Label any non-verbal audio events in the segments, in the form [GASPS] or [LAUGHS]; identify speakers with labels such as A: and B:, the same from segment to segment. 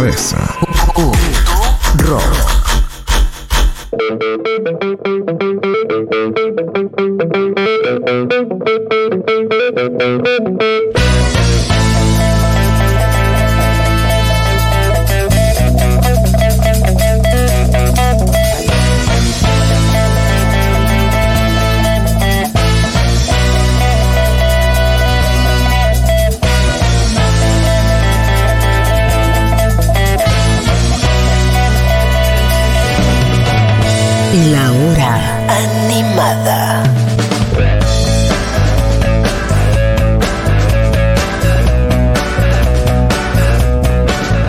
A: cabeza.
B: La hora animada.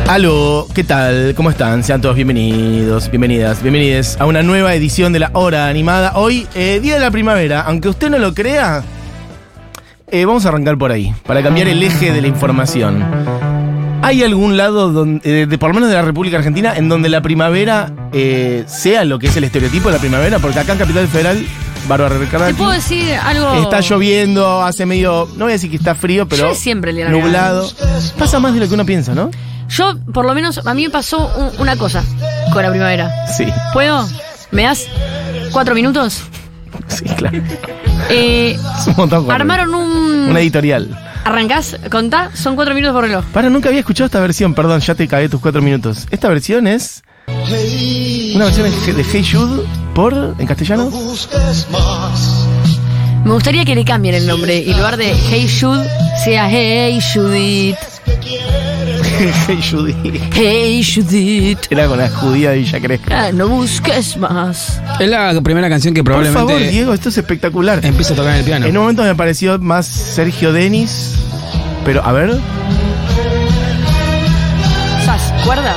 C: Aló, ¿qué tal? ¿Cómo están? Sean todos bienvenidos, bienvenidas, bienvenides a una nueva edición de la Hora Animada. Hoy, eh, Día de la Primavera, aunque usted no lo crea, eh, vamos a arrancar por ahí, para cambiar el eje de la información. ¿Hay algún lado, donde, eh, de, por lo menos de la República Argentina, en donde la primavera eh, sea lo que es el estereotipo de la primavera? Porque acá en Capital Federal, Bárbara Ricardo,
D: ¿Te puedo decir algo?
C: está lloviendo, hace medio, no voy a decir que está frío, pero
D: Yo siempre le agrego.
C: nublado. Pasa más de lo que uno piensa, ¿no?
D: Yo, por lo menos, a mí me pasó un- una cosa con la primavera.
C: Sí,
D: ¿Puedo? ¿Me das cuatro minutos?
C: sí, claro.
D: Eh,
C: Es un montón, Juan.
D: armaron un...
C: Una editorial.
D: ¿Arrancás? ¿Contá? Son cuatro minutos por reloj.
C: Para, nunca había escuchado esta versión, perdón, ya te cagué tus cuatro minutos. Esta versión es. Una versión de- de Hey Jude por. en castellano. [LAUGHS]
D: Me gustaría que le cambien el nombre y en lugar de Hey Jude sea Hey Judith.
C: hey Jude.
D: Hey Judith.
C: Era con la judía de Villa Crespo.
D: Ah, no busques más.
E: Es la primera canción que
C: Por
E: probablemente
C: favor, Diego, esto es espectacular.
E: empieza a tocar en el piano.
C: En un momento me pareció más Sergio Denis. Pero, a ver.
D: ¿Esas cuerdas?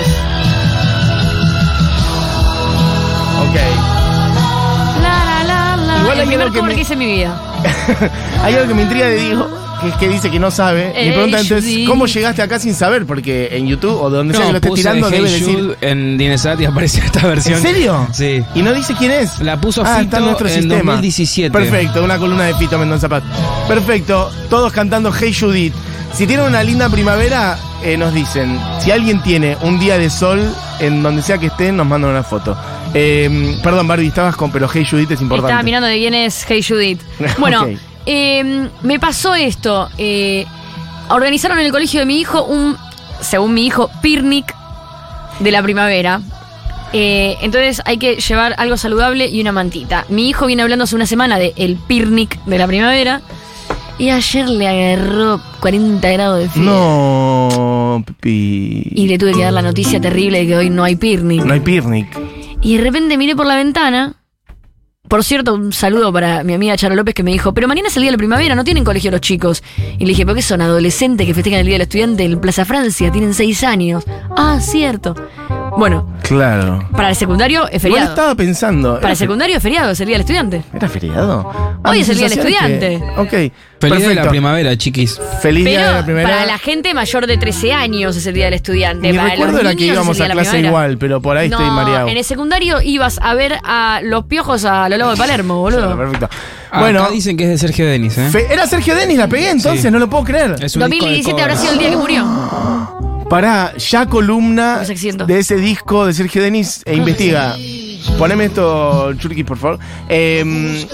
C: Ok.
D: La, la, la, la.
C: Igual hay
D: el primer
C: algo que
D: cover
C: me-
D: que hice en mi vida.
C: Hay algo que me intriga de Diego, que es que dice que no sabe. Mi
D: Hey
C: pregunta entonces,
D: Jude.
C: ¿cómo llegaste acá sin saber? Porque en YouTube o de donde sea que lo estés
E: puse
C: tirando,
E: Hey
C: debe
E: Jude
C: decir.
E: en Dinesat y apareció esta versión.
C: ¿En serio?
E: Sí.
C: ¿Y no dice quién es?
E: La puso
C: ah,
E: Fito
C: está en nuestro
E: en
C: sistema.
E: 2017.
C: Perfecto, una columna de Fito Mendonza Paz. Perfecto, todos cantando Hey Judith. Si tienen una linda primavera, eh, nos dicen. Si alguien tiene un día de sol, en donde sea que estén, nos mandan una foto. Eh, perdón, Barbie, estabas con, pero Hey Judith es importante.
D: Estaba mirando de quién es Hey
C: [LAUGHS]
D: Judith. Bueno,
C: Ok.
D: eh, me pasó esto. eh, organizaron en el colegio de mi hijo un, según mi hijo, picnic de la primavera. Eh, entonces hay que llevar algo saludable y una mantita. Mi hijo viene hablando hace una semana de el picnic de la primavera. Y ayer le agarró 40 grados de fiebre.
C: No, Pipi.
D: Y le tuve que dar la noticia terrible de que hoy no hay picnic.
C: No hay picnic.
D: Y de repente miré por la ventana. Por cierto, un saludo para mi amiga Charo López que me dijo, pero mañana es el día de la primavera, no tienen colegio los chicos. Y le dije, ¿pero qué son adolescentes que festejan el día del estudiante en Plaza Francia? Tienen seis años. Ah, cierto. Bueno,
C: Claro.
D: para el secundario es
C: Igual
D: feriado.
C: estaba pensando.
D: Para
C: ¿era
D: el secundario es feriado, es el día del estudiante.
C: ¿Era feriado? Ah,
D: Hoy
C: mi
D: es el día del
C: sensación es que-
D: estudiante.
C: Ok.
E: Feliz día de la
C: perfecto.
E: primavera, chiquis.
C: Feliz día de la
D: Pero
C: primavera.
D: para la gente mayor de 13 años es el día del estudiante.
C: Mi
D: para
C: recuerdo
D: los
C: era que
D: niños es
C: íbamos
D: el
C: a
D: día de la
C: clase
D: primavera.
C: igual, este pero por ahí estoy
D: No,
C: mareado.
D: En el secundario ibas a ver a los piojos a los lagos de Palermo,
C: Claro,
D: boludo.
C: perfecto.
E: Bueno.
C: Bueno,
E: Ah, Acá dicen que es de Sergio Denis, ¿eh?
C: fe- era Sergio Denis, la pegué entonces,
E: Sí.
C: no lo puedo creer.
E: Es un disco de
D: 2017 habrá
E: covers.
D: sido el día que murió.
C: Pará, ya columna
D: Los accidentos.
C: de ese disco de Sergio Denis e investiga. Poneme esto, Churki, por favor. Eh,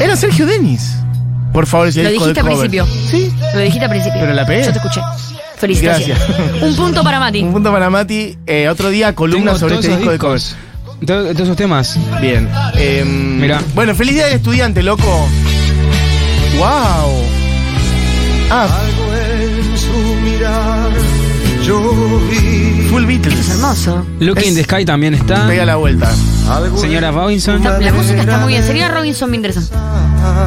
C: era Sergio Denis. Por favor, ese
D: Lo
C: disco de
D: dijiste al
C: cover.
D: principio.
C: Sí.
D: Lo dijiste al principio.
C: Pero la pegué.
D: Yo te escuché. Felicitaciones.
C: Gracias.
D: Un punto para Mati.
C: Un punto para Mati. Eh, otro día, columna
E: Tengo
C: sobre
E: todos
C: este
E: esos
C: disco de cover.
E: discos. Todos todos esos temas.
C: Bien. Eh,
E: Mirá.
C: Bueno, feliz día del estudiante, loco. ¡Wow! Ah,
F: Algo en su mirar yo vi.
C: Full Beatles.
D: Hermoso.
E: Look in the Sky también está.
C: Pega la vuelta.
F: Algo
E: Señora
F: en
E: Robinson.
D: Está- la
F: manera
D: música está muy bien.
F: de
D: Sería Robinson me interesa.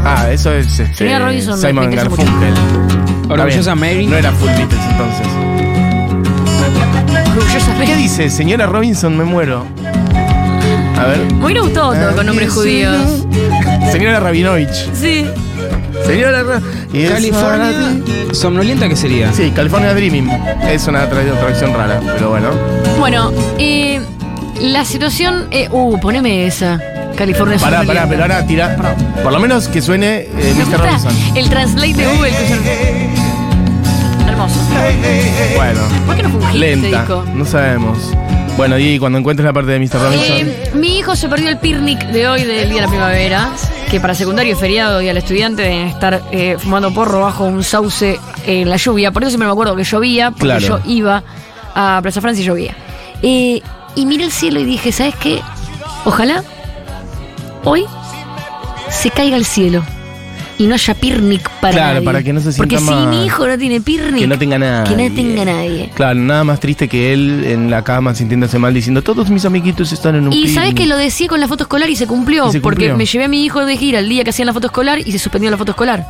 C: Ah, eso es este,
D: Señora Robinson, me
C: Simon
D: interesa mucho.
C: Garfunkel.
E: Orgullosa
C: Está bien.
E: Mary.
C: No era Full Beatles entonces. ¿Qué dice? Señora Robinson, me muero. A ver.
D: Me hubiera gustado todo con nombres judíos.
C: Señora Rabinovich.
D: Sí.
C: Señora Ra y es-
E: California. Somnolienta que sería.
C: Sí, California Dreaming. Es una tra- traducción rara, pero
D: [LAUGHS]
C: bueno.
D: Bueno, eh, la situación. eh, uh, poneme esa. California
C: Pará, pará,
D: Somnolienta.
C: pero ahora tirá. Por lo menos que suene eh,
D: Me
C: Mr.
D: gusta
C: Robinson.
D: el translate de Google. que usaron. Hermoso.
F: Hey, hey, hey.
C: Bueno,
D: ¿Por eh, qué no fue un hit este
C: lenta.
D: disco?
C: No sabemos. Bueno, y cuando encuentres la parte de Mr. Robinson.
D: Eh, mi hijo se perdió el picnic de hoy del Día de la Primavera, que para secundario es feriado y al estudiante deben estar eh, fumando porro bajo un sauce en la lluvia. Por eso siempre me acuerdo que llovía, porque
C: Claro.
D: yo iba a Plaza Francia y llovía. Eh, y miré el cielo y dije, ¿sabes qué? Ojalá hoy se caiga el cielo y no haya picnic para
C: Claro,
D: nadie.
C: para que no se
D: Porque
C: sienta
D: si
C: mal.
D: mi hijo no tiene picnic,
C: que no tenga nada.
D: que no tenga nadie.
C: Claro, nada más triste que él en la cama sintiéndose mal diciendo todos mis amiguitos están en un
D: Y sabes
C: picnic".
D: que lo decía con la foto escolar y se cumplió,
C: Y se
D: porque
C: cumplió.
D: me llevé a mi hijo de gira el día que hacían la foto escolar y se suspendió la foto escolar.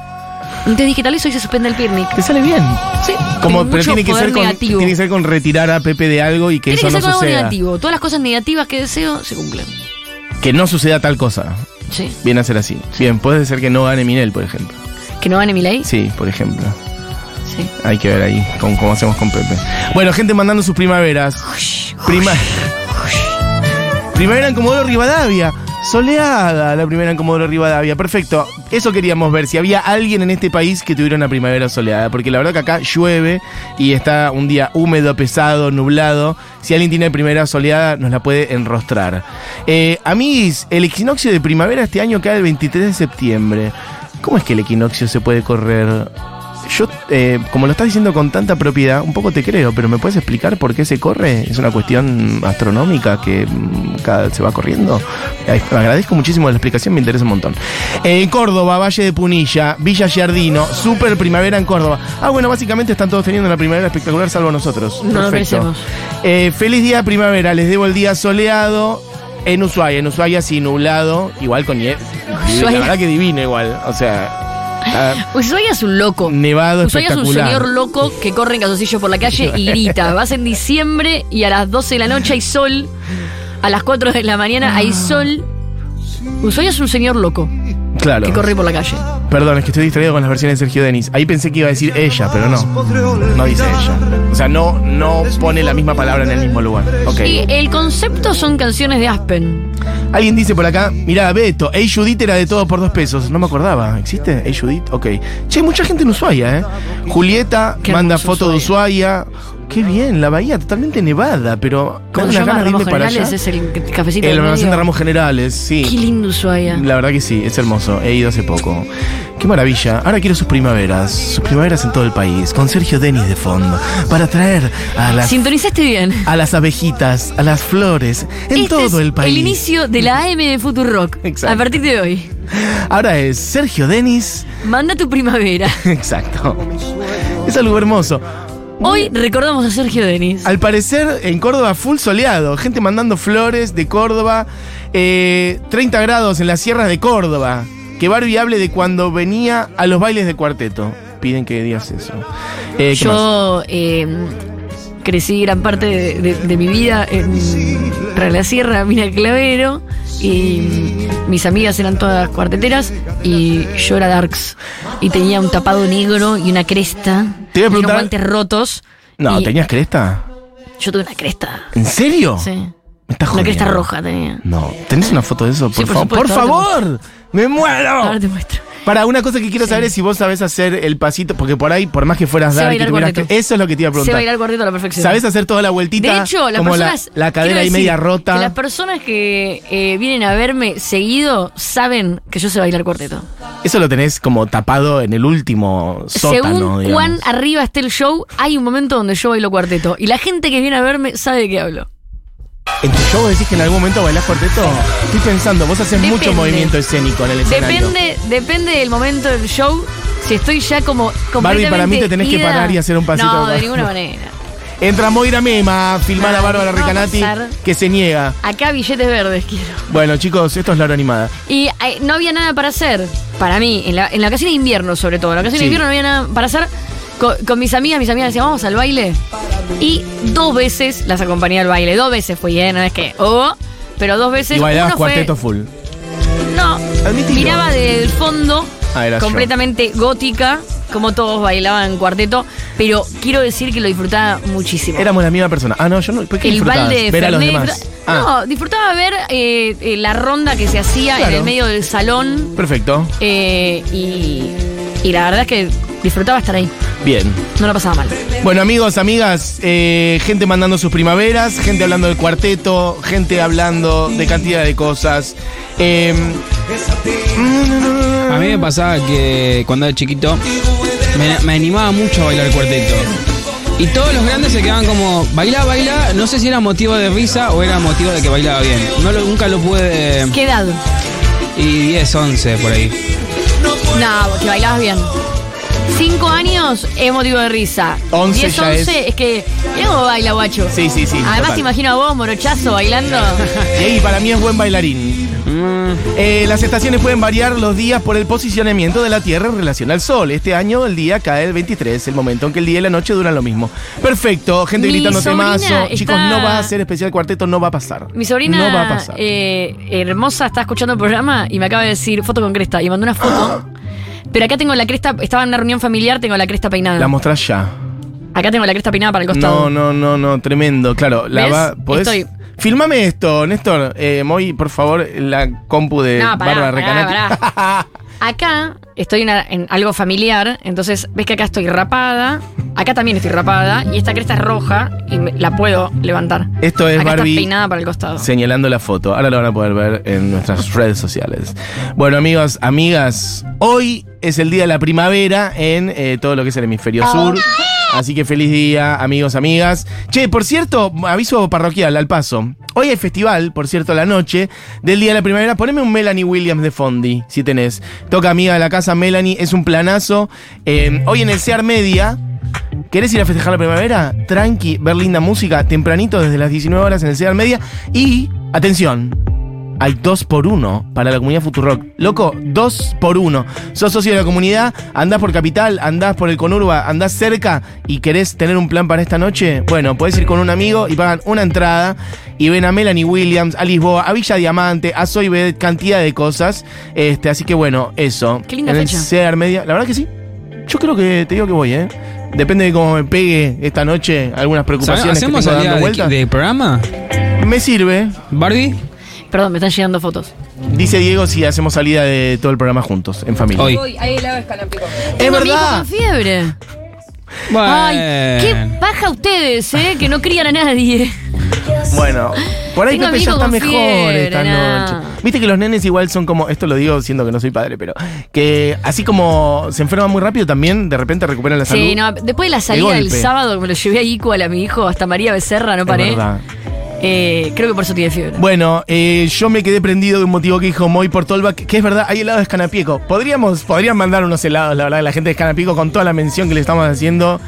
D: Entonces dije, tal vez hoy se suspende el picnic.
C: Te sale bien.
D: Sí,
C: Como,
D: hay
C: pero
D: mucho
C: tiene que,
D: poder
C: ser con,
D: negativo.
C: tiene que ser con retirar a Pepe de algo y que
D: Tiene
C: eso
D: que ser
C: no
D: con algo
C: suceda.
D: negativo. Todas las cosas negativas que deseo se cumplen.
C: Que no suceda tal cosa.
D: Sí.
C: Viene a ser así. Bien, puede ser que no gane Minel, por ejemplo.
D: Que no gane mi ley.
C: Sí, por ejemplo.
D: Sí.
C: Hay que ver ahí cómo, cómo hacemos con Pepe. Bueno, gente mandando sus primaveras. Prima... Primavera en Comodoro Rivadavia. Soleada la primera en Comodoro Rivadavia. Perfecto. Eso queríamos ver. Si había alguien en este país que tuviera una primavera soleada. Porque la verdad que acá llueve y está un día húmedo, pesado, nublado. Si alguien tiene primavera soleada, nos la puede enrostrar. Eh, amiguis, el equinoccio de primavera este año cae el 23 de septiembre. ¿Cómo es que el equinoccio se puede correr? Yo, eh, como lo estás diciendo con tanta propiedad, un poco te creo, pero ¿me puedes explicar por qué se corre? ¿Es una cuestión astronómica que mm, cada se va corriendo? Ay, agradezco muchísimo la explicación, me interesa un montón. Eh, Córdoba, Valle de Punilla, Villa Giardino, super primavera en Córdoba. Ah, bueno, básicamente están todos teniendo una primavera espectacular, salvo nosotros.
D: No lo merecemos.
C: Eh, feliz día de primavera, les debo el día soleado en Ushuaia. En Ushuaia sí, nublado, igual con nieve. La
D: Ushuaia.
C: verdad que divino igual, o sea... ah, está-
D: Ushuaia es Pues un loco.
C: Nevado
D: Ushuaia Pues es un
C: espectacular.
D: señor loco que corre en calzoncillos por la calle y
C: [LAUGHS]
D: grita. Vas en diciembre y a las 12 de la noche hay sol. A las 4 de la mañana
C: Ah.
D: hay sol. Ushuaia es un señor loco
C: Claro.
D: que corre por la calle.
C: Perdón, es que estoy distraído con las versiones de Sergio Denis. Ahí pensé que iba a decir ella, pero no. No dice ella. O sea, no, no pone la misma palabra en el mismo lugar. Ok.
D: Y el concepto son canciones de Aspen.
C: Alguien dice por acá, mirá, Beto, Hey Judith era de todo por dos pesos. No me acordaba. ¿Existe? Hey Judith, ok. Che, hay mucha gente en Ushuaia, ¿eh? Julieta
D: Qué
C: manda
D: hermoso
C: foto de Ushuaia. Qué bien, la bahía totalmente nevada, pero con
D: Cuando
C: una
D: llama
C: ganas de irme
D: Ramos
C: para allá.
D: Generales es el cafecito.
C: El
D: del
C: almacén de
D: medio.
C: Ramos Generales, sí.
D: Qué lindo Ushuaia.
C: La verdad que sí, es hermoso. He ido hace poco. Qué maravilla. Ahora quiero sus primaveras. Sus primaveras en todo el país. Con Sergio Denis de fondo. Para traer a las, [LAUGHS]
D: Sintonizaste bien.
C: a las abejitas, a las flores. En
D: Este
C: todo
D: es
C: el país.
D: El inicio de la AM de Futuro Rock.
C: Exacto.
D: A partir de hoy.
C: Ahora es Sergio Denis.
D: Manda tu primavera.
C: Exacto. Es algo hermoso.
D: Hoy recordamos a Sergio Denis.
C: Al parecer en Córdoba full soleado, gente mandando flores de Córdoba, eh, 30 grados en las sierras de Córdoba, que Barbie hable de cuando venía a los bailes de cuarteto. Piden que digas eso. Eh, ¿qué más?
D: Yo eh, crecí gran parte de, de- de mi vida en Real la Sierra, Mina del Clavero, y mm, mis amigas eran todas cuarteteras, y yo era Darks. Y tenía un tapado negro y una cresta,
C: Te voy a
D: y unos
C: preguntar-
D: guantes rotos.
C: No,
D: y
C: ¿tenías cresta?
D: Yo tuve una cresta,
C: ¿En serio?
D: sí.
C: Me estás
D: Una
C: jodiendo.
D: cresta roja tenía.
C: No, ¿tenés una foto de eso? Por,
D: Sí, por
C: favor. ¡Por
D: supuesto, ahora
C: favor! ¡Me muero!
D: Ahora te muestro.
C: Para una cosa que quiero saber es si vos sabés hacer el pasito, porque por ahí, por más que fueras
D: Sé
C: dar,
D: bailar cuarteto.
C: eso es lo que te iba a
D: Se
C: preguntar.
D: bailar gordito a la perfección.
C: ¿Sabés hacer toda la vueltita?
D: De hecho, las
C: como la,
D: personas.
C: la cadera
D: quiero
C: y
D: decir
C: media rota.
D: que las personas que eh, vienen a verme seguido saben que yo sé bailar cuarteto.
C: Eso lo tenés como tapado en el último sótano,
D: Según
C: digamos.
D: cuán arriba esté el show, hay un momento donde yo bailo cuarteto. Y la gente que viene a verme sabe de qué hablo.
C: ¿En tu show decís que en algún momento bailás cuarteto? Estoy pensando, vos haces
D: Depende.
C: mucho movimiento escénico en el escenario.
D: Depende, depende del momento del show. Si estoy ya como completamente
C: para mí te tenés que
D: ida-
C: parar y hacer un pasito
D: No,
C: acá.
D: de
C: [LAUGHS]
D: ninguna manera.
C: Entra Moira Mema a filmar
D: No,
C: a Bárbara
D: no va Ah, a
C: Recanati,
D: pasar.
C: que se niega.
D: Acá billetes verdes quiero.
C: Bueno, chicos, esto es la hora animada.
D: Y eh, no había nada para hacer, para mí, en la, en la ocasión de invierno sobre todo. En la ocasión
C: Sí.
D: de invierno no había nada para hacer. Co- Con, mis amigas, mis amigas decían, vamos al baile. Y dos veces las acompañé al baile. Dos veces fui, ¿eh? No es que... Oh, pero dos veces...
C: Y bailabas
D: uno fue-
C: cuarteto full.
D: No,
C: Admitilo.
D: miraba del fondo,
C: Ah, era yo.
D: completamente gótica, como todos bailaban en cuarteto, pero quiero decir que lo disfrutaba muchísimo.
C: Éramos la misma persona. Ah, no, yo no. ¿Por qué
D: el
C: disfrutabas?
D: balde de
C: Ver a los
D: Fernet,
C: demás.
D: disfruta-
C: Ah,
D: No, disfrutaba ver eh, eh, la ronda que se hacía
C: Claro.
D: en el medio del salón
C: perfecto.
D: eh, y, y la verdad es que disfrutaba estar ahí.
C: Bien.
D: No la pasaba mal.
C: Bueno, amigos, amigas, eh, gente mandando sus primaveras, gente hablando del cuarteto, gente hablando de cantidad de cosas. Eh,
E: A mí me pasaba que cuando era chiquito me, me animaba mucho a bailar cuarteto. Y todos los grandes se quedaban como, baila, baila. No sé si era motivo de risa o era motivo de que bailaba bien. No lo- nunca lo pude.
C: Em.
D: ¿Qué edad?
E: Y 10, 11 por ahí.
D: No, que bailabas bien. Cinco años es motivo de risa.
C: 11
D: Diez,
C: ya
D: once
C: es-
D: es que. Mirá cómo baila, guacho.
C: Sí, sí, sí,
D: Además,
C: total.
D: te imagino a vos, morochazo,
C: [LAUGHS]
D: bailando.
C: y ahí para mí es buen bailarín.
E: Mm,
C: Eh, las estaciones pueden variar los días por el posicionamiento de la Tierra en relación al Sol. Este año el día cae el 23, el momento en que el día y la noche duran lo mismo. Perfecto, gente
D: Mi
C: gritando
D: sobrina
C: temazo. Chicos,
D: está-
C: no va a ser especial cuarteto, no va a pasar.
D: Mi sobrina
C: No va a pasar.
D: eh, hermosa está escuchando el programa y me acaba de decir foto con cresta. Y mandó
C: [GASPS]
D: una foto. Pero acá tengo la cresta. Estaba en una reunión familiar, tengo la cresta peinada.
C: La mostrás ya.
D: Acá tengo la cresta peinada para el costado.
C: No, no, no, no, tremendo. Claro, la
D: ¿Ves?
C: va. ¿podés?
D: Estoy-
C: Filmame esto, Néstor. Eh, Moy, por favor, la compu de
D: No, pará,
C: Bárbara
D: pará,
C: Recanati.
D: Acá estoy en, una- en algo familiar, entonces ves que acá estoy rapada, acá también estoy rapada, y esta cresta es roja y me- la puedo levantar.
C: [LAUGHS] Esto es
D: acá
C: Barbie.
D: está peinada para el costado.
C: Señalando la foto. Ahora lo van a poder ver en nuestras redes sociales. Bueno, amigos, amigas, hoy es el día de la primavera en eh, todo lo que es el hemisferio sur. Así que feliz día, amigos, amigas. Che, por cierto, aviso parroquial al paso. Hoy hay festival, por cierto, a la noche del Día de la Primavera. Poneme un Melanie Williams de Fondi, si tenés. Toca amiga de la casa, Melanie, es un planazo. Eh, hoy en el Sear Media. ¿Querés ir a festejar la primavera? Tranqui, ver linda música, tempranito desde las 19 horas en el Cedar Media. Y, atención, hay 2 por 1 para la comunidad Futurock. Loco, 2 por 1 Sos socio de la comunidad, andás por Capital, andás por el Conurba, andás cerca y querés tener un plan para esta noche. Bueno, podés ir con un amigo y pagan una entrada y ven a Melanie Williams, a Lisboa, a Villa Diamante, a Soy Bed, cantidad de cosas. Este, así que bueno, eso.
D: Qué linda
C: En el
D: fecha.
C: Cedar Media, la verdad que sí. Yo creo que te digo que voy, ¿eh? Depende de cómo me pegue esta noche algunas
E: ¿sabes?
C: preocupaciones que
E: ¿Hacemos
C: tengo dando
E: salida de,
C: vueltas.
E: de programa?
C: Me sirve,
E: ¿Barbie?
D: Perdón, me están llegando fotos.
C: dice Diego, si hacemos salida de todo el programa juntos, en familia.
E: Hoy.
A: Uy, ahí helado escalópico.
D: Tengo
C: verdad.
D: amigos con fiebre. Ay, qué paja ustedes, ¿eh? Que no crían a nadie.
C: Bueno, por ahí
D: Tengo
C: Pepe ya
D: amigo
C: está
D: con
C: mejor
D: fiebre,
C: esta
D: nah.
C: noche. Viste que los nenes igual son como, esto lo digo siendo que no soy padre, pero que así como se enferman muy rápido también, de repente recuperan la salud.
D: Sí, no, después de la salida del
C: golpe.
D: sábado que me lo llevé a Icual a mi hijo, hasta María Becerra, no
C: Es
D: paré.
C: verdad.
D: Eh, creo que por eso tiene fiebre.
C: Bueno, eh, yo me quedé prendido de un motivo que dijo Moy por Tolbach, que es verdad, hay helados de Escanapieco. Podríamos, podrían mandar unos helados, la verdad, a la gente de Escanapieco con toda la mención que le estamos haciendo.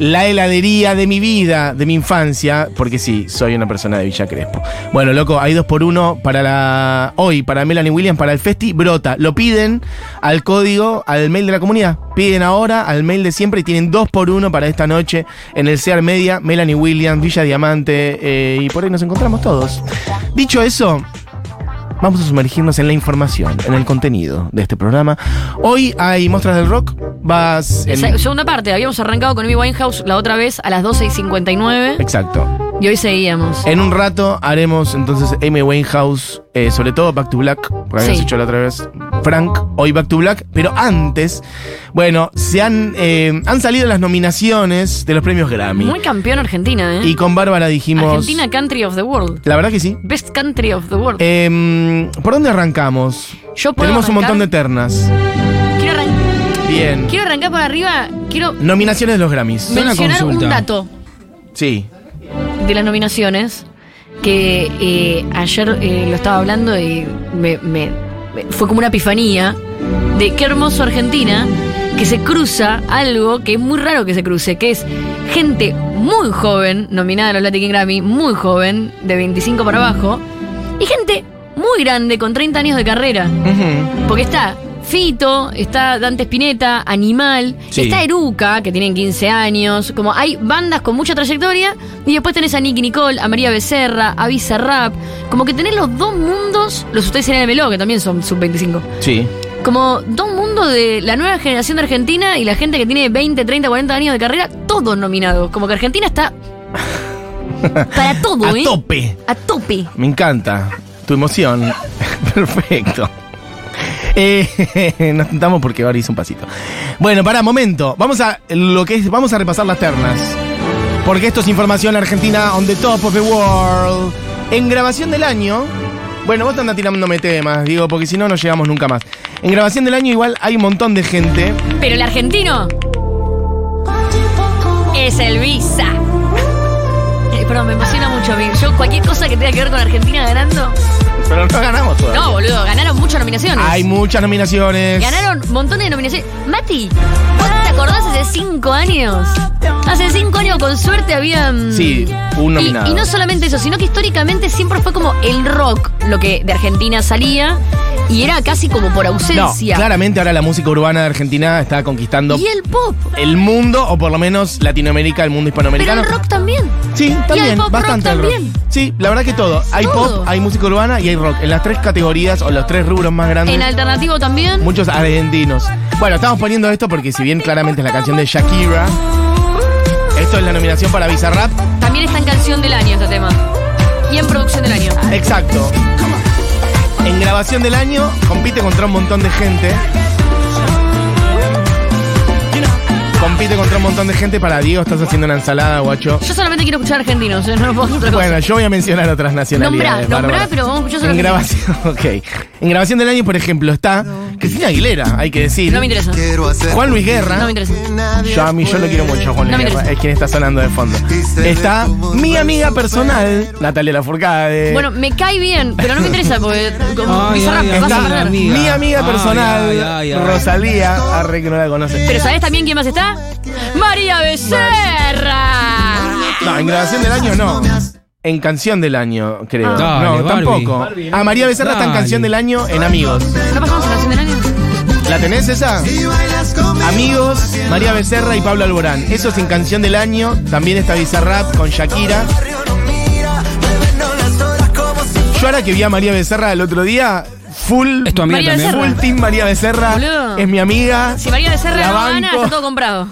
C: La heladería de mi vida, de mi infancia, porque sí, soy una persona de Villa Crespo. Bueno, loco, hay dos por uno para la. Hoy, para Melanie Williams, para el Festi, brota. Lo piden al código, al mail de la comunidad. Piden ahora, al mail de siempre, y tienen dos por uno para esta noche en el Sear Media, Melanie Williams, Villa Diamante, eh, y por ahí nos encontramos todos. Dicho eso, Vamos a sumergirnos en la información, en el contenido de este programa. Hoy hay muestras del rock. Vas en-
D: Esa- Segunda parte, habíamos arrancado con Amy Winehouse la otra vez a las 12 y 59
C: Exacto.
D: y hoy seguíamos.
C: En un rato haremos entonces Amy Winehouse, eh, sobre todo Back to Black, porque habíamos
D: Sí.
C: dicho la otra vez. Frank, hoy Back to Black, pero antes, bueno, se han, eh, han salido las nominaciones de los premios Grammy.
D: Muy campeón Argentina, ¿eh?
C: y con Bárbara dijimos.
D: Argentina Country of the World.
C: La verdad que sí.
D: Best Country of the World.
C: Em, ¿Por dónde arrancamos?
D: Yo puedo
C: Tenemos un montón de
D: arrancar-
C: ternas.
D: Quiero, arran-
C: Bien.
D: quiero arrancar por arriba. Quiero
C: Nominaciones de los Grammys.
E: Me- una
D: mencionar un
E: consulta.
D: dato
C: Sí.
D: de las nominaciones que eh, ayer eh, lo estaba hablando y me, me- me- fue como una epifanía de qué hermoso Argentina que se cruza algo que es muy raro que se cruce, que es gente muy joven, nominada a los Latin Grammy, muy joven, de 25 para abajo, y gente muy grande, con 30 años de carrera. Porque está Fito, está Dante Spinetta, Animal,
C: Sí.
D: está Eruca, que tienen 15 años. Como hay bandas con mucha trayectoria. Y después tenés a Nicky Nicole, a María Becerra, a Bizarrap. Como que tenés los dos mundos, los ustedes en el Melo, que también son sub-25.
C: Sí.
D: Como dos mundos de la nueva generación de Argentina y la gente que tiene 20, 30, 40 años de carrera, todos nominados. Como que Argentina está para todo,
C: A
D: ¿eh?
C: tope.
D: A tope.
C: [LAUGHS] Me encanta tu emoción. Perfecto. Eh, [LAUGHS] nos juntamos porque ahora hizo un pasito. Bueno, pará, momento. Vamos a lo que es, vamos a repasar las ternas. Porque esto es información argentina on the top of the world. En grabación del año. Bueno, vos andás tirándome temas, digo, porque si no, no llegamos nunca más. En grabación del año, igual hay un montón de gente.
D: Pero el argentino es el Visa. Eh, perdón, me emociona mucho. mi- Yo cualquier cosa que tenga que ver con Argentina ganando.
C: Pero no ganamos todavía.
D: No, boludo, ganaron muchas nominaciones.
C: Hay muchas nominaciones.
D: Ganaron montones de nominaciones. Mati, ¿vos te acordás hace cinco años? Hace cinco años con suerte habían.
C: Sí, un
D: Y,
C: nominado.
D: y no solamente eso, sino que históricamente siempre fue como el rock lo que de Argentina salía y era casi como por
C: No,
D: ausencia.
C: claramente ahora la música urbana de Argentina está conquistando
D: Y el pop,
C: el mundo, o por lo menos Latinoamérica, el mundo
D: pero
C: hispanoamericano.
D: el rock también.
C: Sí, también,
D: pop rock
C: bastante el rock.
D: también.
C: Sí, la verdad que todo. Hay
D: Todo.
C: pop, hay música urbana y hay rock. En las tres categorías o los tres rubros más grandes.
D: En alternativo también.
C: Muchos argentinos. Bueno, estamos poniendo esto porque si bien claramente es la canción de Shakira, esto es la nominación para Bizarrap.
D: También está en canción del año este tema. Y en producción del año.
C: Exacto. En grabación del año compite contra un montón de gente. Compite contra un montón de gente. Para Diego estás haciendo una ensalada, guacho.
D: Yo solamente quiero escuchar argentinos, eh, no lo puedo hacer otra cosa.
C: Bueno, yo voy a mencionar otras nacionalidades.
D: Nombrá, nombrá,
C: Bárbara.
D: pero vamos a escuchar solo
C: En
D: que-
C: grabación, [LAUGHS] ok. En grabación del año, por ejemplo, está Cristina Aguilera, hay que Eh. decir.
D: No me interesa.
C: Juan Luis Guerra.
D: No me interesa.
C: Yo a mí yo lo quiero mucho, Juan
D: No me
C: Luis Guerra,
D: interesa.
C: Es quien está sonando de fondo. Está mi amiga personal, Natalia Lafourcade.
D: Bueno, me cae bien, pero no me interesa porque
C: [LAUGHS]
D: como
E: Ay,
D: Bizarrap,
E: ay, ay,
D: vas a
E: ay,
D: perder.
E: amigo.
C: mi amiga
E: Ay,
C: personal,
E: ay, ay, ay.
C: Rosalía. Arre que no la conoce.
D: Pero ¿sabés también quién más está? María Becerra.
C: No, en grabación del año no. En canción del año, creo.
E: Dale,
C: no,
E: Barbie.
C: tampoco. A María Becerra está en
E: Dale.
C: canción del año en Amigos.
D: ¿No pasamos a canción del año?
C: ¿La tenés esa? Amigos, María Becerra y Pablo Alborán. Eso es en canción del año. También está Bizarrap con Shakira. Yo ahora que vi a María Becerra el otro día, full.
E: ¿Es tu amiga
D: María
E: también?
D: Becerra.
C: Full team María Becerra.
D: Boludo.
C: Es mi amiga.
D: Si María Becerra
C: La
D: no gana,
C: banco.
D: está todo comprado.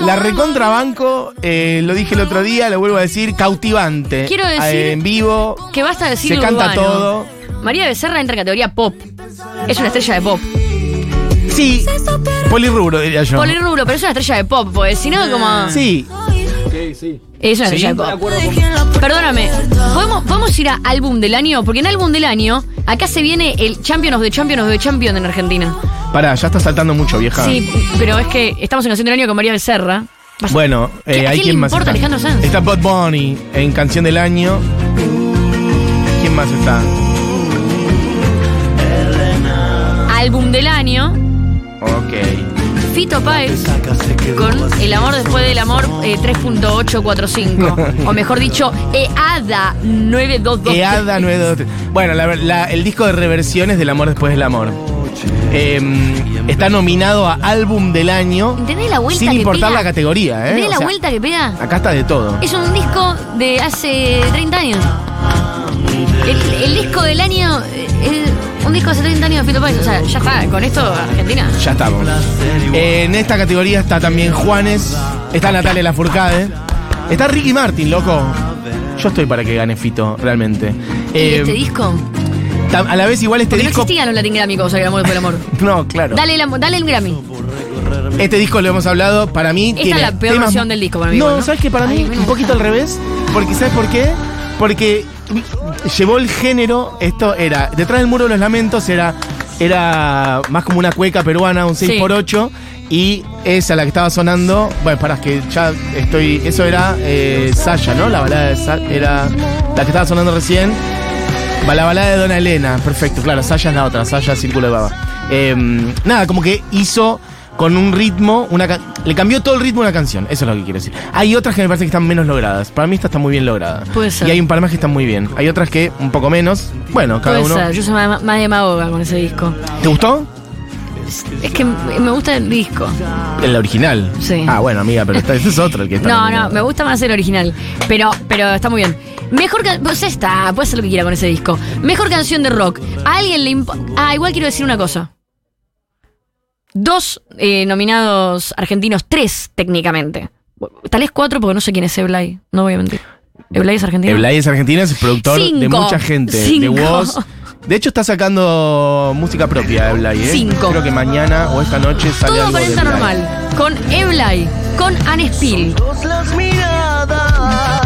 C: La recontrabanco, eh, lo dije el otro día, lo vuelvo a decir, cautivante.
D: Quiero decir-
C: Eh, en vivo.
D: Que basta de decir
C: Se canta
D: urbano.
C: todo.
D: María Becerra entra en categoría pop. Es una estrella de pop.
C: Sí, polirrubro diría yo.
D: Polirrubro, pero es una estrella de pop, porque si no, como.
C: Sí,
D: Es una estrella de pop. Perdóname, ¿podemos, podemos ir a álbum del año? Porque en álbum del año, acá se viene el Champion of the Champion of the Champion en Argentina.
C: pará, ya está saltando mucho, vieja.
D: Sí, pero es que estamos en canción del año con María Becerra. Vas-
C: Bueno,
D: ¿Qué-
C: eh,
D: a
C: hay
D: quién
C: quien
D: le
C: más. está.
D: importa Alejandro Sanz?
C: Está Bot Bunny en Canción del Año. ¿Quién más está?
D: Álbum del año,
C: Ok.
D: Fito Páez con El amor después del amor eh,
C: [LAUGHS]
D: 3.845. o mejor dicho, E EADA 922.
C: Eada 923. Bueno, la ver- la- el disco de reversiones del amor después del amor. Em, está nominado a álbum del año.
D: ¿Entendés la vuelta
C: Sin
D: que
C: importar
D: pega?
C: la categoría, ¿eh?
D: ¿Entendés
C: O
D: la
C: sea,
D: vuelta que pega?
C: Acá está de todo.
D: Es un disco de hace 30 años. El, el disco del año eh, es un disco de hace 30 años de Fito Páez. O sea, ya está, con esto Argentina.
C: Ya estamos. En esta categoría está también Juanes, está Natalia Lafourcade, está Ricky Martin, loco. Yo estoy para que gane Fito, realmente.
D: y
C: Eh,
D: este disco.
C: tam- a la vez igual este
D: Porque no
C: disco...
D: existían los Latin Grammy como El amor fue el amor.
C: [LAUGHS] No, claro.
D: Dale el, amo- dale el Grammy.
C: Este disco lo hemos hablado, para mí...
D: Esta
C: tiene
D: es la peor
C: temas-
D: versión del disco para mí,
C: No,
D: igual, ¿no?
C: ¿sabes qué? Para
D: Ay,
C: mí
D: me
C: un poquito al
D: gusta.
C: revés, porque ¿sabes por qué? Porque llevó el género, esto era, detrás del muro de los lamentos era, era más como una cueca peruana, un
D: Sí.
C: 6x8, y esa la que estaba sonando, bueno, pará, es que ya estoy, eso era eh, Sasha, ¿no? La balada de Sa- era la que estaba sonando recién. Va La balada de Dona Elena, perfecto, claro, Sasha es la otra, Sasha Círculo de Baba. Em, nada, como que hizo con un ritmo, una ca- le cambió todo el ritmo a una canción, eso es lo que quiero decir. Hay otras que me parece que están menos logradas, para mí esta está muy bien lograda.
D: Puede ser.
C: Y hay un par más que están muy bien, hay otras que un poco menos, bueno, cada
D: Puede
C: uno.
D: ser, yo soy más, más demagoga con ese disco.
C: ¿Te gustó?
D: Es que me gusta el disco.
C: El original.
D: Sí.
C: Ah, bueno, amiga, pero esta- este es otro el que está.
D: No, no,
C: nominado.
D: me gusta más el original. Pero, pero está muy bien. Mejor canción. Pues está, puede hacer lo que quiera con ese disco. Mejor canción de rock. A alguien le impo- Ah, igual quiero decir una cosa. Dos eh, nominados argentinos, tres técnicamente. Tal vez cuatro, porque no sé quién es Eblay. No voy a mentir. ¿Eblay es argentino?
C: Eblay es argentino, es productor de
D: Cinco.
C: mucha gente.
D: Cinco.
C: De Woz, De hecho, está sacando música propia de Blay, ¿eh?
D: Cinco.
C: Creo que mañana o esta noche sale
D: Todo
C: algo de
D: aparenta
C: Blay.
D: normal. Con Eblay, con Anne Spill,
B: Las miradas.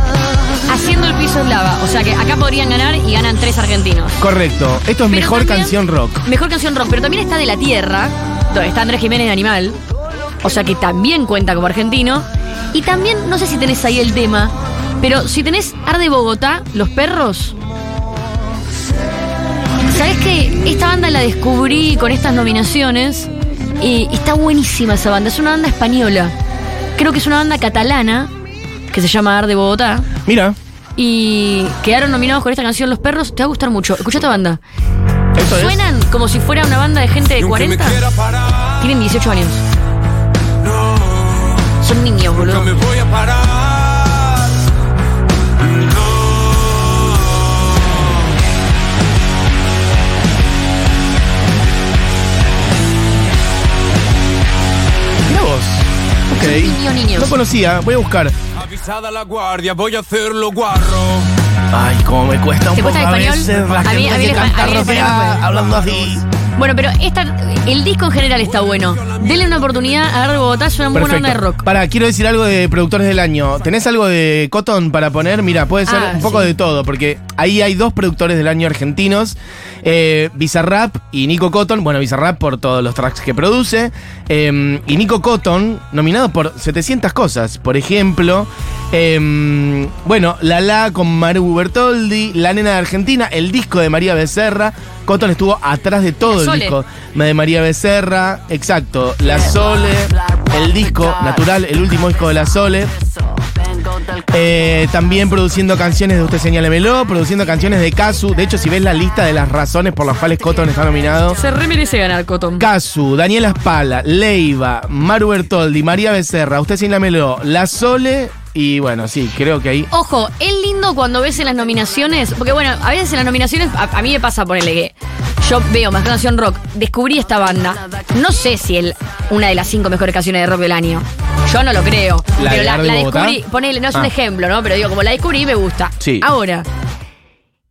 D: haciendo el piso en lava. O sea que acá podrían ganar y ganan tres argentinos.
C: Correcto. Esto es
D: Pero
C: mejor
D: también-
C: canción rock.
D: Mejor canción rock, pero también está De la Tierra, donde está Andrés Jiménez de Animal. O sea que también cuenta como argentino. Y también, no sé si tenés ahí el tema, pero si tenés Ar de Bogotá, Los Perros. ¿Sabés que Esta banda la descubrí con estas nominaciones. Y está buenísima esa banda. Es una banda española. Creo que es una banda catalana que se llama Ar de Bogotá.
C: Mira,
D: Y quedaron nominados con esta canción Los Perros. Te va a gustar mucho. Escucha esta banda.
C: esto es.
D: Suenan como si fuera una banda de gente de 40. Tienen 18 años. Son niños, boludo.
C: Mira vos. Ok.
D: Son niños, niños.
C: No conocía, voy a buscar.
A: Avisada la guardia, voy a hacerlo guarro.
C: Ay, cómo me cuesta un
D: ¿Te
C: poco
D: cuesta
C: a
D: el español?
C: veces las
D: A mí- a
C: que
D: mí el espa- a mí el
C: cantar
D: español me cuesta.
C: hablando así.
D: Bueno, pero esta, el disco en general está bueno. Denle una oportunidad a Arde Bogotá, es una muy buena
C: Perfecto.
D: onda de rock.
C: Para, quiero decir algo de productores del año. ¿Tenés algo de Cotton para poner? Mira, puede ser
D: Ah,
C: un poco
D: sí.
C: de todo, porque ahí hay dos productores del año argentinos: eh, Bizarrap y Nico Cotton. Bueno, Bizarrap por todos los tracks que produce. eh, y Nico Cotton, nominado por 700 cosas. Por ejemplo, eh, bueno, La La con Maru Bertoldi, La Nena de Argentina, el disco de María Becerra. Cotton estuvo atrás de todo el
D: Sole.
C: disco de María Becerra, exacto, La Sole, el disco natural, el último disco de La Sole. Eh, también produciendo canciones de Usted Señálemelo, produciendo canciones de Casu. De hecho, si ves la lista de las razones por las cuales Cotton está nominado,
D: Se re merece ganar Cotton.
C: Casu, Daniela Espala, Leiva, Maru Bertoldi, María Becerra, Usted Señálemelo, La Sole y bueno, sí, creo que ahí.
D: Ojo, es lindo cuando ves en las nominaciones, porque bueno, a veces en las nominaciones, a, a mí me pasa ponerle que yo veo más canción rock, descubrí esta banda, no sé si es una de las cinco mejores canciones de rock del año, yo no lo creo,
C: ¿La
D: pero
C: de
D: la,
C: Arde
D: la
C: Bogotá?
D: descubrí, ponele, no es un
C: Ah.
D: ejemplo, ¿no? Pero digo, como la descubrí, me gusta.
C: Sí.
D: Ahora,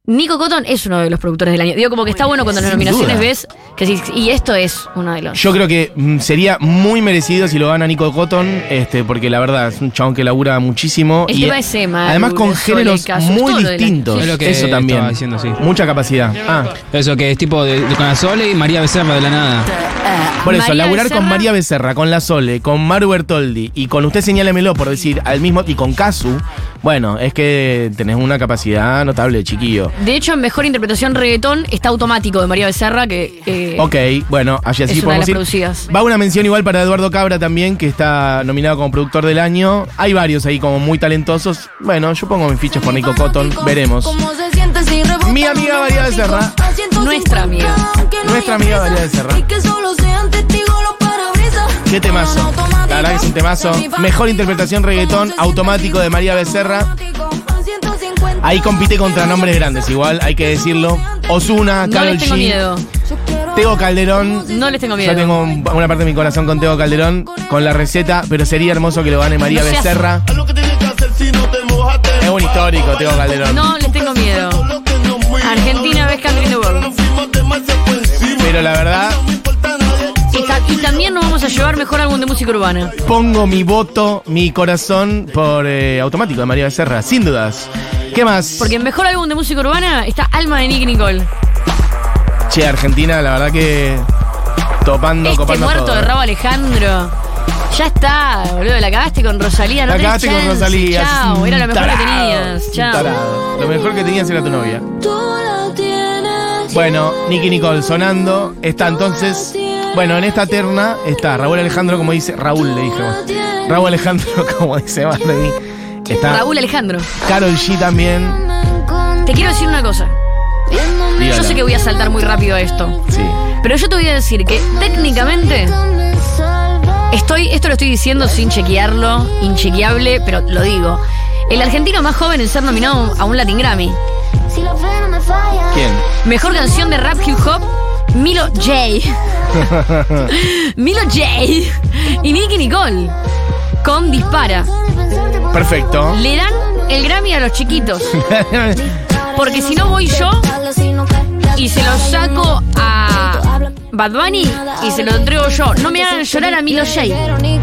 D: Nico Cotton es uno de los productores del año, digo, como que está bueno cuando en las
C: Sin
D: nominaciones
C: duda.
D: ves que sí, y esto es uno de los...
C: Yo creo que mm, sería muy merecido si lo gana Nico Cotton, este, porque la verdad es un chabón que labura muchísimo.
D: El tema es Emma,
C: Además con
D: Lourdes, Sole,
C: géneros
D: Casu, todo
C: muy
D: lo de la-
C: distintos.
D: sí,
E: sí. Es lo que
C: Eso también.
E: estaba diciendo, sí.
C: Mucha capacidad. Ah,
E: Eso que es tipo de, de con la Sole y María Becerra de la nada.
C: por eso,
D: María
C: laburar con
D: Becerra.
C: María Becerra, con La Sole, con Maru Bertoldi y con usted señálemelo por decir al mismo y con Casu, bueno, es que tenés una capacidad notable, chiquillo.
D: De hecho, en Mejor Interpretación Reggaetón está automático de María Becerra, que... eh,
C: Ok, bueno, allá
D: Es
C: sí
D: una
C: podemos
D: de las
C: ir.
D: producidas.
C: Va una mención igual para Eduardo Cabra también, que está nominado como productor del año. Hay varios ahí como muy talentosos. Bueno, yo pongo mis fichas por Nico Cotton, veremos. Mi amiga María Becerra.
D: Nuestra amiga.
C: Nuestra amiga María Becerra. Qué temazo. La verdad que es un temazo. Mejor interpretación reggaetón automático de María Becerra. Ahí compite contra nombres grandes, igual, hay que decirlo. Osuna,
D: No
C: Carol
D: les tengo
C: G,
D: miedo.
C: Tego Calderón.
D: No les tengo miedo.
C: Yo tengo un- una parte de mi corazón con Teo Calderón, con la receta, pero sería hermoso que lo gane María
D: No seas-
C: Becerra. Es un histórico, Teo Calderón.
D: No les tengo miedo. Argentina ves Country in the World.
C: Pero la verdad,
D: Y, ta- y también nos vamos a llevar mejor álbum de música urbana.
C: pongo mi voto, mi corazón por eh, automático de María Becerra, sin dudas. ¿Qué más?
D: Porque en mejor álbum de música urbana está Alma de Nick Nicole.
C: Che, Argentina, la verdad que topando,
D: este
C: copando
D: muerto
C: todo.
D: de Rabo Alejandro. Ya está, boludo. La cagaste con Rosalía. No
C: La
D: tenés
C: cagaste con
D: chance.
C: Rosalía. sos
D: Chao,
C: un
D: era lo mejor que
C: tarado,
D: tenías.
C: un
D: Chao.
C: tarado. Lo mejor que tenías era tu novia. Bueno, Nicky Nicole sonando. Está entonces. Bueno, en esta terna está Raúl Alejandro, como dice. Raúl le dije. bueno. Raúl Alejandro, [LAUGHS] como dice Barney. Está
D: Raúl Alejandro.
C: Carol G también.
D: Te quiero decir una cosa. Yo
C: Dígalo.
D: sé que voy a saltar muy rápido a esto.
C: Sí.
D: Pero yo te voy a decir que técnicamente estoy, esto lo estoy diciendo sin chequearlo, inchequeable, pero lo digo. El argentino más joven en ser nominado a un Latin Grammy.
C: ¿Quién?
D: Mejor canción de rap hip hop, Milo J. Milo J. Y Nicky Nicole. Con Dispara.
C: Perfecto. [LAUGHS]
D: Le dan el Grammy a los chiquitos. Porque si no voy yo y se lo saco a Bad Bunny y se lo entrego yo. No me hagan llorar a Milo J.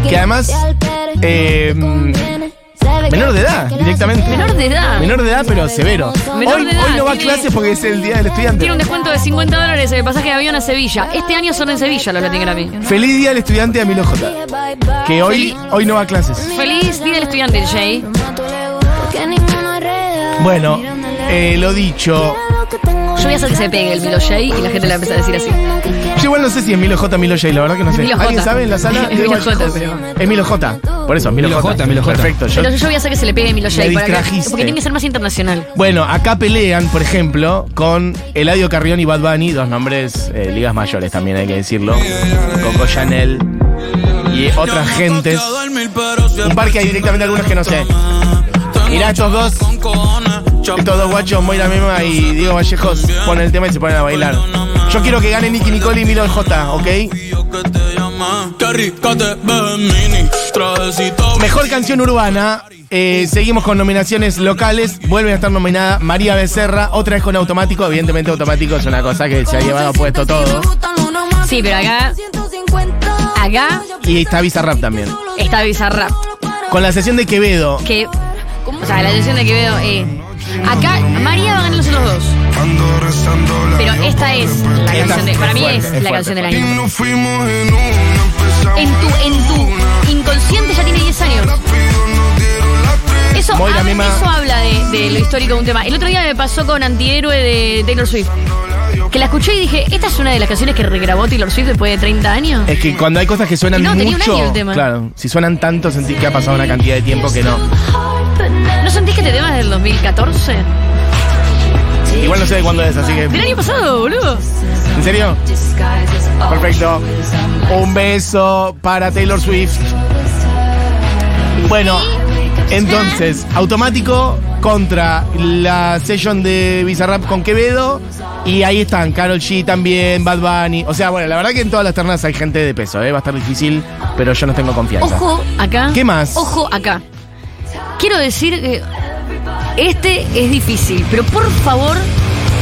C: Que además, eh, menor de edad, directamente.
D: Menor de edad.
C: Menor de edad, pero severo.
D: Menor
C: hoy,
D: de edad,
C: hoy no va a
D: tiene-
C: clases porque es el día del estudiante.
D: Tiene un descuento de 50 dólares en el pasaje de avión a Sevilla. Este año solo en Sevilla los Latin Grammy.
C: Feliz día del estudiante a Milo J. Que hoy, hoy no va a clases.
D: Feliz día del estudiante, Jay.
C: Bueno, eh, lo dicho.
D: Yo voy a hacer que se pegue el Milo J y la gente le va a empezar a decir así.
C: Yo igual no sé si es Milo J, Milo J, la verdad que no sé.
D: Milo J.
C: ¿Alguien sabe en la
D: [LAUGHS]
C: sala?
D: Es Milo J, pero-
C: Es Milo J. Por eso, Milo,
E: Milo
C: J.
E: J, Milo J.
C: Perfecto. yo-
D: Pero yo voy a hacer que se le pegue el Milo J.
C: Me
D: para que-
C: distrajiste.
D: porque tiene que ser más internacional.
C: Bueno, acá pelean, por ejemplo, con Eladio Carrión y Bad Bunny, dos nombres eh, ligas mayores también hay que decirlo. Coco Chanel y otras gentes. Un par que hay directamente algunos que no sé. Mirá estos dos, estos dos guachos, Moira Mema y Diego Vallejos, ponen el tema y se ponen a bailar. Yo quiero que gane Nicky Nicole y Milo J, ¿ok? Mejor canción urbana. Eh, seguimos con nominaciones locales. Vuelve a estar nominada María Becerra, otra vez con automático. Evidentemente, automático es una cosa que se ha llevado puesto todo.
D: Sí, pero acá. Acá
C: Y está Bizarrap también.
D: está Bizarrap.
C: Con la sesión de Quevedo.
D: Que. O sea, la atención de Quevedo es. eh, Acá María va a ganar los otros dos. Pero esta es la
C: Esta
D: canción de.
C: es
D: Para mí
C: fuerte,
D: es,
C: es
D: la
C: fuerte.
D: canción del año. En tu, en tu inconsciente ya tiene 10 años. Eso,
C: Moira
D: hab-
C: Mima.
D: eso habla de, de lo histórico de un tema. El otro día me pasó con Antihéroe de Taylor Swift. Que la escuché y dije, esta es una de las canciones que regrabó Taylor Swift después de 30 años.
C: Es que cuando hay cosas que suenan
D: No, tenía un
C: mucho.
D: año el tema.
C: Claro, si suenan tanto, sentí que ha pasado una cantidad de tiempo que no.
D: ¿No sentís que este tema es del 2014?
C: Igual no sé de cuándo es, así que.
D: Del año pasado, boludo.
C: ¿En serio? Perfecto. Un beso para Taylor Swift. Bueno, entonces, automático contra la session de Bizarrap con Quevedo. Y ahí están, Carol G también, Bad Bunny. O sea, bueno, la verdad que en todas las ternas hay gente de peso, ¿eh? Va a estar difícil, pero yo no tengo confianza.
D: Ojo acá.
C: ¿Qué más?
D: Ojo acá. Quiero decir que este es difícil, pero por favor,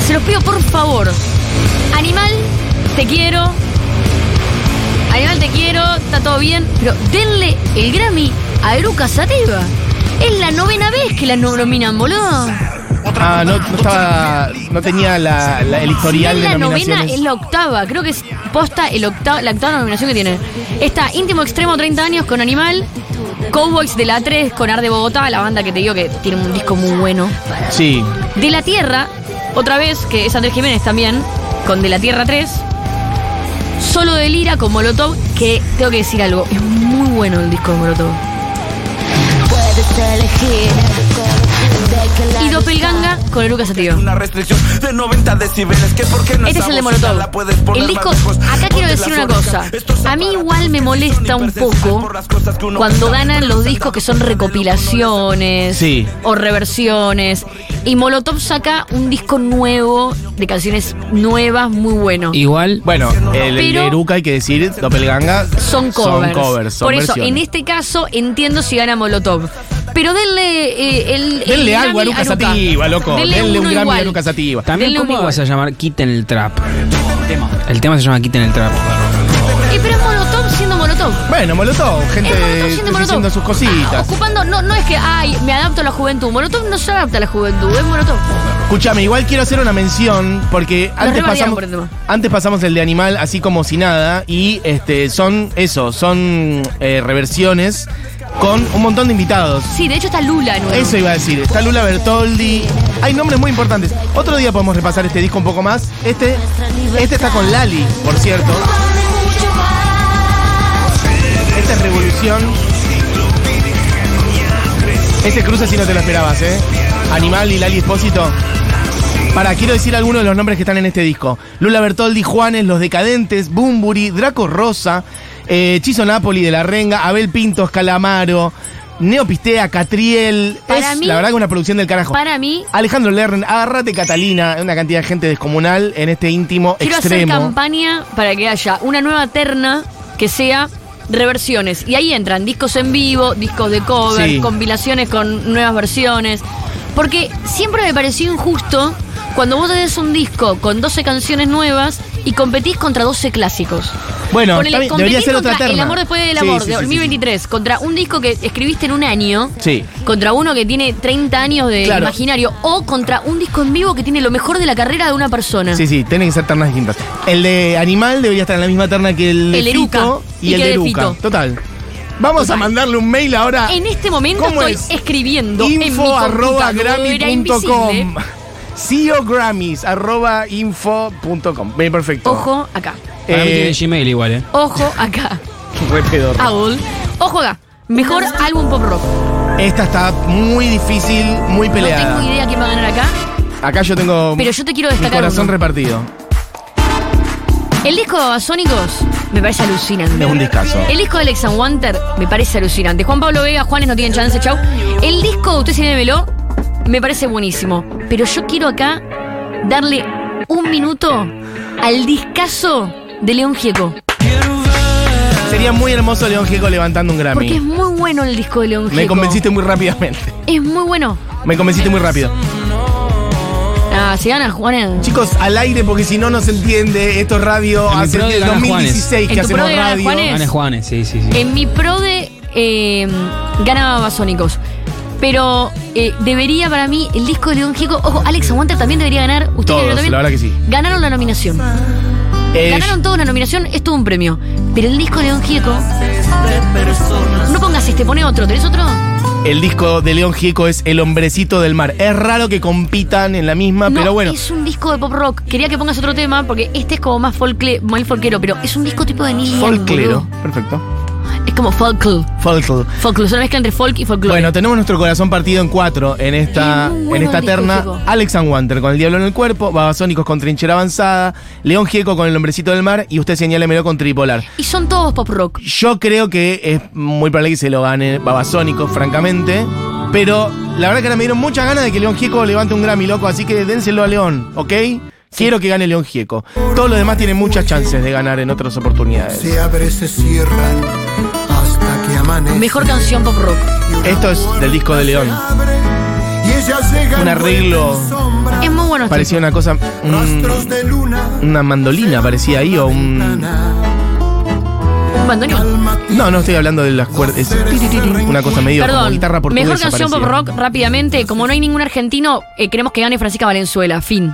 D: se los pido por favor. Animal, te quiero. Animal, te quiero, está todo bien, pero denle el Grammy a Eruca Sativa. Es la novena vez que la nominan, boludo.
C: Ah, no, no estaba. No tenía la- la- el historial
D: Es
C: de
D: la novena,
C: nominaciones.
D: es la octava. Creo que es posta el octava, la octava nominación que tiene. Está Íntimo Extremo 30 años con Animal. Cowboys de la 3 con Ar de Bogotá, la banda que te digo que tiene un disco muy bueno.
C: Sí.
D: De la Tierra, otra vez, que es Andrés Jiménez también, con De la Tierra 3. Solo de Lira con Molotov, que tengo que decir algo, es muy bueno el disco de Molotov. Y Doppelganga con Eruca Sativa.
G: Una restricción de 90 decibeles que porque no
D: Este es el de Molotov. El disco, acá quiero decir una cosa. A mí igual me molesta un poco cuando ganan los discos que son recopilaciones
C: Sí.
D: o reversiones. Y Molotov saca un disco nuevo de canciones nuevas muy bueno.
E: Igual,
C: Bueno, el, el de
D: Pero-
C: Eruca hay que decir, Doppelganga.
D: Son covers.
C: Son covers, son
D: Por eso,
C: versiones.
D: en este caso entiendo si gana Molotov. Pero denle eh, el. el
C: Denle algo a
D: Grammy
C: Luca Sativa, loco. Denle,
D: uno
C: un Grammy a
D: igual.
C: Luca Sativa.
E: también
D: Denle un
E: cómo
D: igual.
E: vas a llamar Quiten el Trap. El tema se llama Quiten el Trap.
D: Eh, pero es Molotov siendo Molotov.
C: Bueno, Molotov, gente
D: Es Molotov siendo Molotov.
C: haciendo sus
D: Ah,
C: cositas.
D: ocupando, no, no es que, ay, me adapto a la juventud. Molotov no se adapta a la juventud, es Molotov.
C: Escúchame, igual quiero hacer una mención porque antes
D: rebardearon
C: pasamos,
D: por el tema.
C: antes pasamos el de animal así como si nada y este son eso, son eh, reversiones con un montón de invitados.
D: Sí, de hecho está Lula en uno.
C: Eso iba a decir, está Lula Bertoldi. Hay nombres muy importantes. Otro día podemos repasar este disco un poco más. Este, este está con Lali, por cierto. Esta es Revolución. Este cruce si no te lo esperabas, ¿eh? Animal y Lali Espósito. Para, quiero decir algunos de los nombres que están en este disco. Lula Bertoldi, Juanes, Los Decadentes, Bumburi, Draco Rosa, eh, Chizo Napoli de la Renga, Abel Pintos, Calamaro, Neopistea, Catriel.
D: Para
C: es,
D: mí-
C: la verdad que una producción del carajo.
D: Para mí,
C: Alejandro Lerner, Agárrate Catalina, una cantidad de gente descomunal en este íntimo
D: quiero hacer
C: extremo.
D: campaña para que haya una nueva terna que sea reversiones. Y ahí entran discos en vivo, discos de cover,
C: Sí.
D: compilaciones con nuevas versiones. Porque siempre me pareció injusto cuando vos tenés un disco con 12 canciones nuevas y competís contra 12 clásicos.
C: Bueno,
D: Ponele,
C: está bien,
D: competís
C: debería ser otra
D: contra
C: terna.
D: El amor después del
C: Sí,
D: amor,
C: sí,
D: de
C: sí, sí,
D: 2023, contra un disco que escribiste en un año,
C: Sí.
D: contra uno que tiene 30 años de
C: Claro.
D: imaginario, o contra un disco en vivo que tiene lo mejor de la carrera de una persona.
C: Sí, sí, tienen que ser ternas distintas. El de animal debería estar en la misma terna que el, de
D: El Eruca.
C: Fito y,
D: Y
C: el
D: que
C: de
D: de
C: Eruca.
D: Fito.
C: Total. Vamos a mandarle un mail ahora.
D: En este momento
C: ¿Cómo
D: estoy
C: es?
D: escribiendo en mi
C: info arroba
D: computadora
C: grammy punto
D: invisible.
C: com. CEO Grammys arroba info punto com. Bien, perfecto.
D: Ojo acá.
E: Para mí
C: Eh,
E: tiene Gmail igual, ¿eh?
D: Ojo acá.
C: [LAUGHS] re pedorro.
D: Aul. Ojo acá. Mejor álbum pop rock.
C: Esta está muy difícil, muy
D: No
C: peleada.
D: tengo idea quién va a ganar acá,
C: Acá yo tengo
D: pero yo te quiero
C: mi
D: destacar.
C: corazón
D: uno.
C: repartido.
D: El disco de Babasónicos me parece alucinante.
C: Es un discazo.
D: El disco de Alex and Wanter me parece alucinante. Juan Pablo Vega, Juanes no tienen chance, chau. El disco de Usted Cinémelo me parece buenísimo. Pero yo quiero acá darle un minuto al discazo de León Gieco.
C: Sería muy hermoso León Gieco levantando un Grammy.
D: Porque es muy bueno el disco de León Gieco.
C: Me convenciste muy rápidamente.
D: Es muy bueno.
C: Me convenciste muy rápido.
D: Ah, si gana Juanes.
C: Chicos, al aire porque si no no se entiende. Esto es radio
E: En mi
C: hace
E: pro de
C: desde
E: Ana
C: 2016 que
D: ¿En tu pro
C: hacemos
D: de Ana
C: radio.
D: Juanes?
E: Gana Juanes, sí, sí, sí.
D: En mi pro de eh, gana Babasónicos. Pero eh, debería para mí el disco de León Gieco. Ojo, Alex Aguanta también debería ganar. Usted
C: Todos,
D: también.
C: la verdad que sí.
D: Ganaron la nominación.
C: Eh,
D: Ganaron toda una nominación, es todo un premio. Pero el disco de León Gieco. No pongas este, pone otro. ¿Tenés otro?
C: el disco de León Gieco es El Hombrecito del Mar. Es raro que compitan en la misma,
D: no,
C: pero bueno.
D: Es un disco de pop rock. Quería que pongas otro tema porque este es como más, folcle, más folclero, pero es un disco tipo de niño.
C: Folclero. Perfecto.
D: Es como folclore.
C: Folclero.
D: Folclore, es una mezcla entre folk y folclore.
C: Bueno, tenemos nuestro corazón partido en cuatro en esta,
D: Es muy
C: en
D: bueno
C: esta
D: el disco,
C: terna.
D: Gieco.
C: Alex and Wanter con El Diablo en el Cuerpo, Babasónicos con Trinchera Avanzada, León Gieco con El Hombrecito del Mar y usted señálemelo con Tripolar.
D: y son todos pop rock.
C: Yo creo que es muy probable que se lo gane Babasónicos, francamente. Pero la verdad que ahora me dieron muchas ganas de que León Gieco levante un Grammy, loco. Así que dénselo a León, ¿ok? Quiero que gane León Gieco. Todos los demás tienen muchas chances de ganar en otras oportunidades.
H: Se abre, se cierran hasta que amanece.
D: Mejor canción pop rock.
C: Esto es del disco de León.
H: Y ella llega
C: Un arreglo.
H: envuelta en sombra,
D: Es muy bueno. este
C: Parecía una cosa. mm,
H: Rastros de luna.
C: una mandolina parecía ahí o un.
D: Bandoneón.
C: No, no estoy hablando de las cuerdas. es Una cosa medio como
D: Perdón.
C: guitarra portuguesa.
D: Mejor canción pop
C: parecía.
D: rock rápidamente. Como no hay ningún argentino, eh, queremos que gane Francisca Valenzuela. Fin.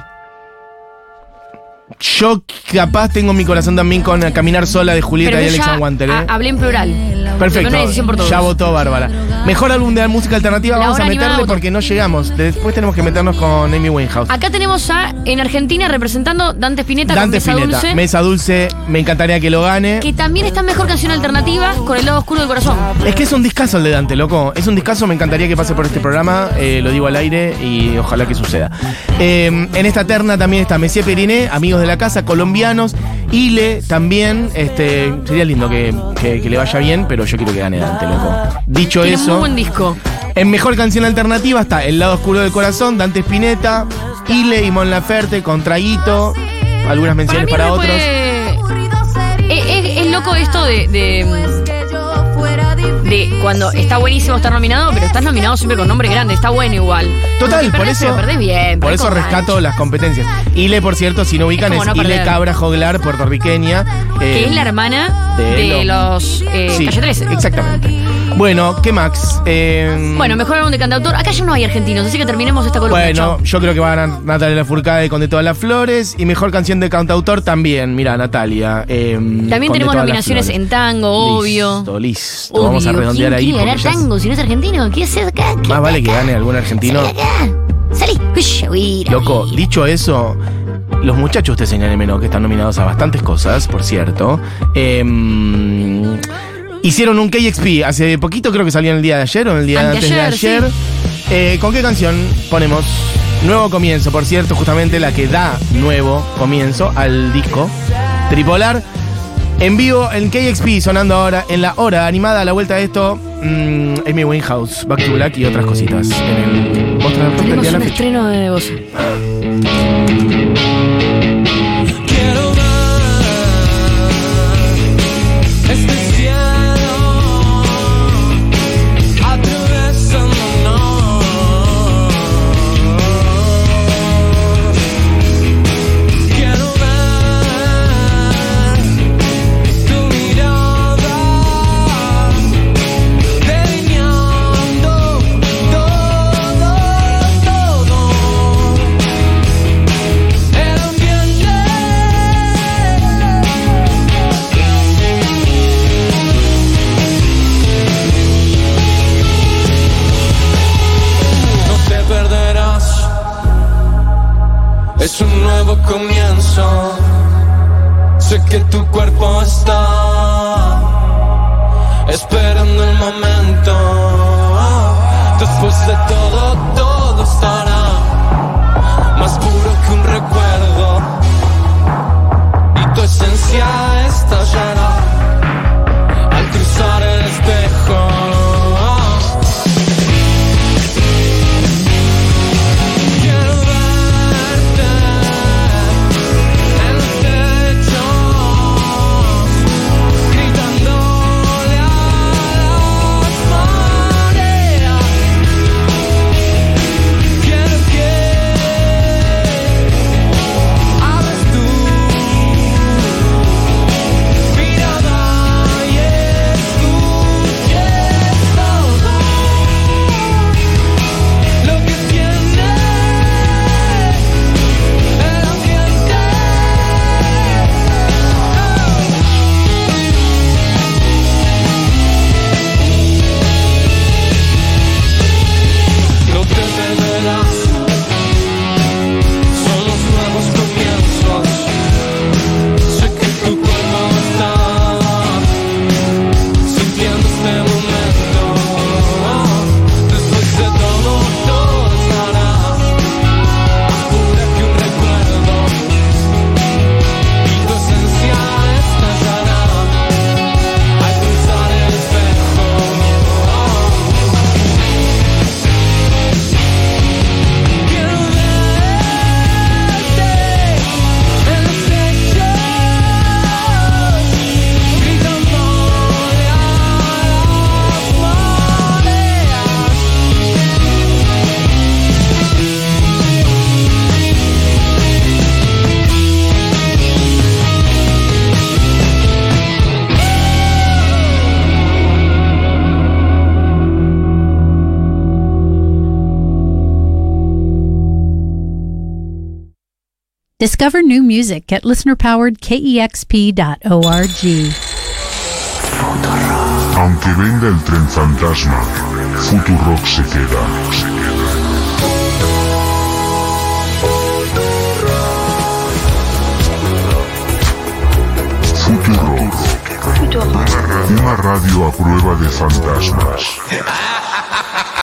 C: Yo capaz tengo mi corazón también con Caminar Sola de Julieta
D: Pero
C: y
D: yo
C: Alex
D: ya
C: Wanter, ¿eh?
D: ha- hablé en plural. Tomé
C: Perfecto.
D: una decisión por todos.
C: Ya votó Bárbara. Mejor álbum de música alternativa
D: La
C: vamos a
D: hora animada
C: meterle
D: votó.
C: porque no llegamos. Después tenemos que meternos con Amy Winehouse.
D: Acá tenemos a, en Argentina, representando Dante Spinetta
C: Dante
D: con Mesa
C: Spinetta,
D: Dulce.
C: Mesa Dulce, me encantaría que lo gane.
D: que también está en mejor canción alternativa con el lado oscuro del corazón.
C: Es que es un discazo el de Dante, loco. Es un discazo, me encantaría que pase por este programa. eh, lo digo al aire y ojalá que suceda. Eh, en esta terna también está Messier Periné, amigos de la casa, colombianos. Ile también. Este, sería lindo que, que- que le vaya bien, pero yo quiero que gane Dante, loco. Dicho
D: Tiene un
C: eso.
D: muy buen disco.
C: En mejor canción alternativa está El lado oscuro del corazón, Dante Spinetta, Ile y Mon Laferte con Traguito. Algunas menciones para,
D: no
C: otros.
D: puede- Es, eh, es- es loco esto de, de. de cuando está buenísimo estar nominado, pero estás nominado siempre con nombre grande. Está bueno igual.
C: Total,
D: Como que
C: por
D: perdés,
C: eso.
D: pero perdés bien.
C: por
D: perdés
C: eso
D: con
C: rescato
D: rancho.
C: las competencias. Ile, por cierto, si no ubican,
D: Es
C: es,
D: como no
C: Ile
D: perder.
C: Cabra Joglar, puertorriqueña.
D: Que
C: eh,
D: es la hermana de,
C: de lo-
D: los. Eh,
C: sí,
D: Calle 13.
C: Exactamente. Bueno, ¿qué Max? Eh,
D: Bueno, mejor álbum de cantautor. Acá ya no hay argentinos, así que terminemos esta columna.
C: Bueno,
D: chau.
C: yo creo que va a ganar Natalia Lafourcade con De Todas las Flores y Mejor Canción de Cantautor también, mira Natalia. eh, con De
D: También tenemos
C: Todas las
D: nominaciones
C: Flores.
D: en tango, obvio.
C: Listo, listo.
D: Obvio.
C: Vamos a redondear
D: ¿Quién
C: ahí.
D: quiere
C: porque
D: ganar
C: ya es-
D: tango si no es argentino? ¿Qué haces acá? ¿Qué
C: Más vale que
D: acá?
C: gane algún argentino.
D: Salí de acá. Salí. Uy, uy, uy.
C: Loco, dicho eso, los muchachos te señalen menos que están nominados a bastantes cosas, por cierto. Em, hicieron un KXP hace poquito, creo que salió en el día de ayer o en el día antes de
D: Anteayer,
C: ayer. Eh, ¿Con qué canción ponemos? Nuevo comienzo, por cierto, justamente la que da nuevo comienzo al disco Tripolar. En vivo en KXP, sonando ahora en la hora animada a la vuelta de esto, mm, Amy Winehouse, Back to Black y otras cositas. En el, ¿Vos traes-
D: Tenemos
C: traes la
D: un
C: fecha?
D: estreno de voz.
G: Quiero ver este cielo atravesándonos. es un nuevo comienzo. Sé que tu cuerpo está esperando el momento. Después de todo, todo estará más puro que un recuerdo. Y tu esencia estallará al cruzar el espejo. Quiero verte en los techos, gritándole a las mareas. Quiero que abres tu mirada y escuches todo lo que tiene el ambiente. No te perderás, son los nuevos comienzos. Sé que tu cuerpo está sintiendo este momento. Después de todo, todo estará más pura que un recuerdo. Y tu esencia estallará al cruzar el espejo. Quiero verte en los techos, gritándole a las mareas.
I: Discover new music at listenerpoweredkexp.org.
J: Aunque venga el tren fantasma, Futurock se queda. Futurock. Una radio a prueba de fantasmas.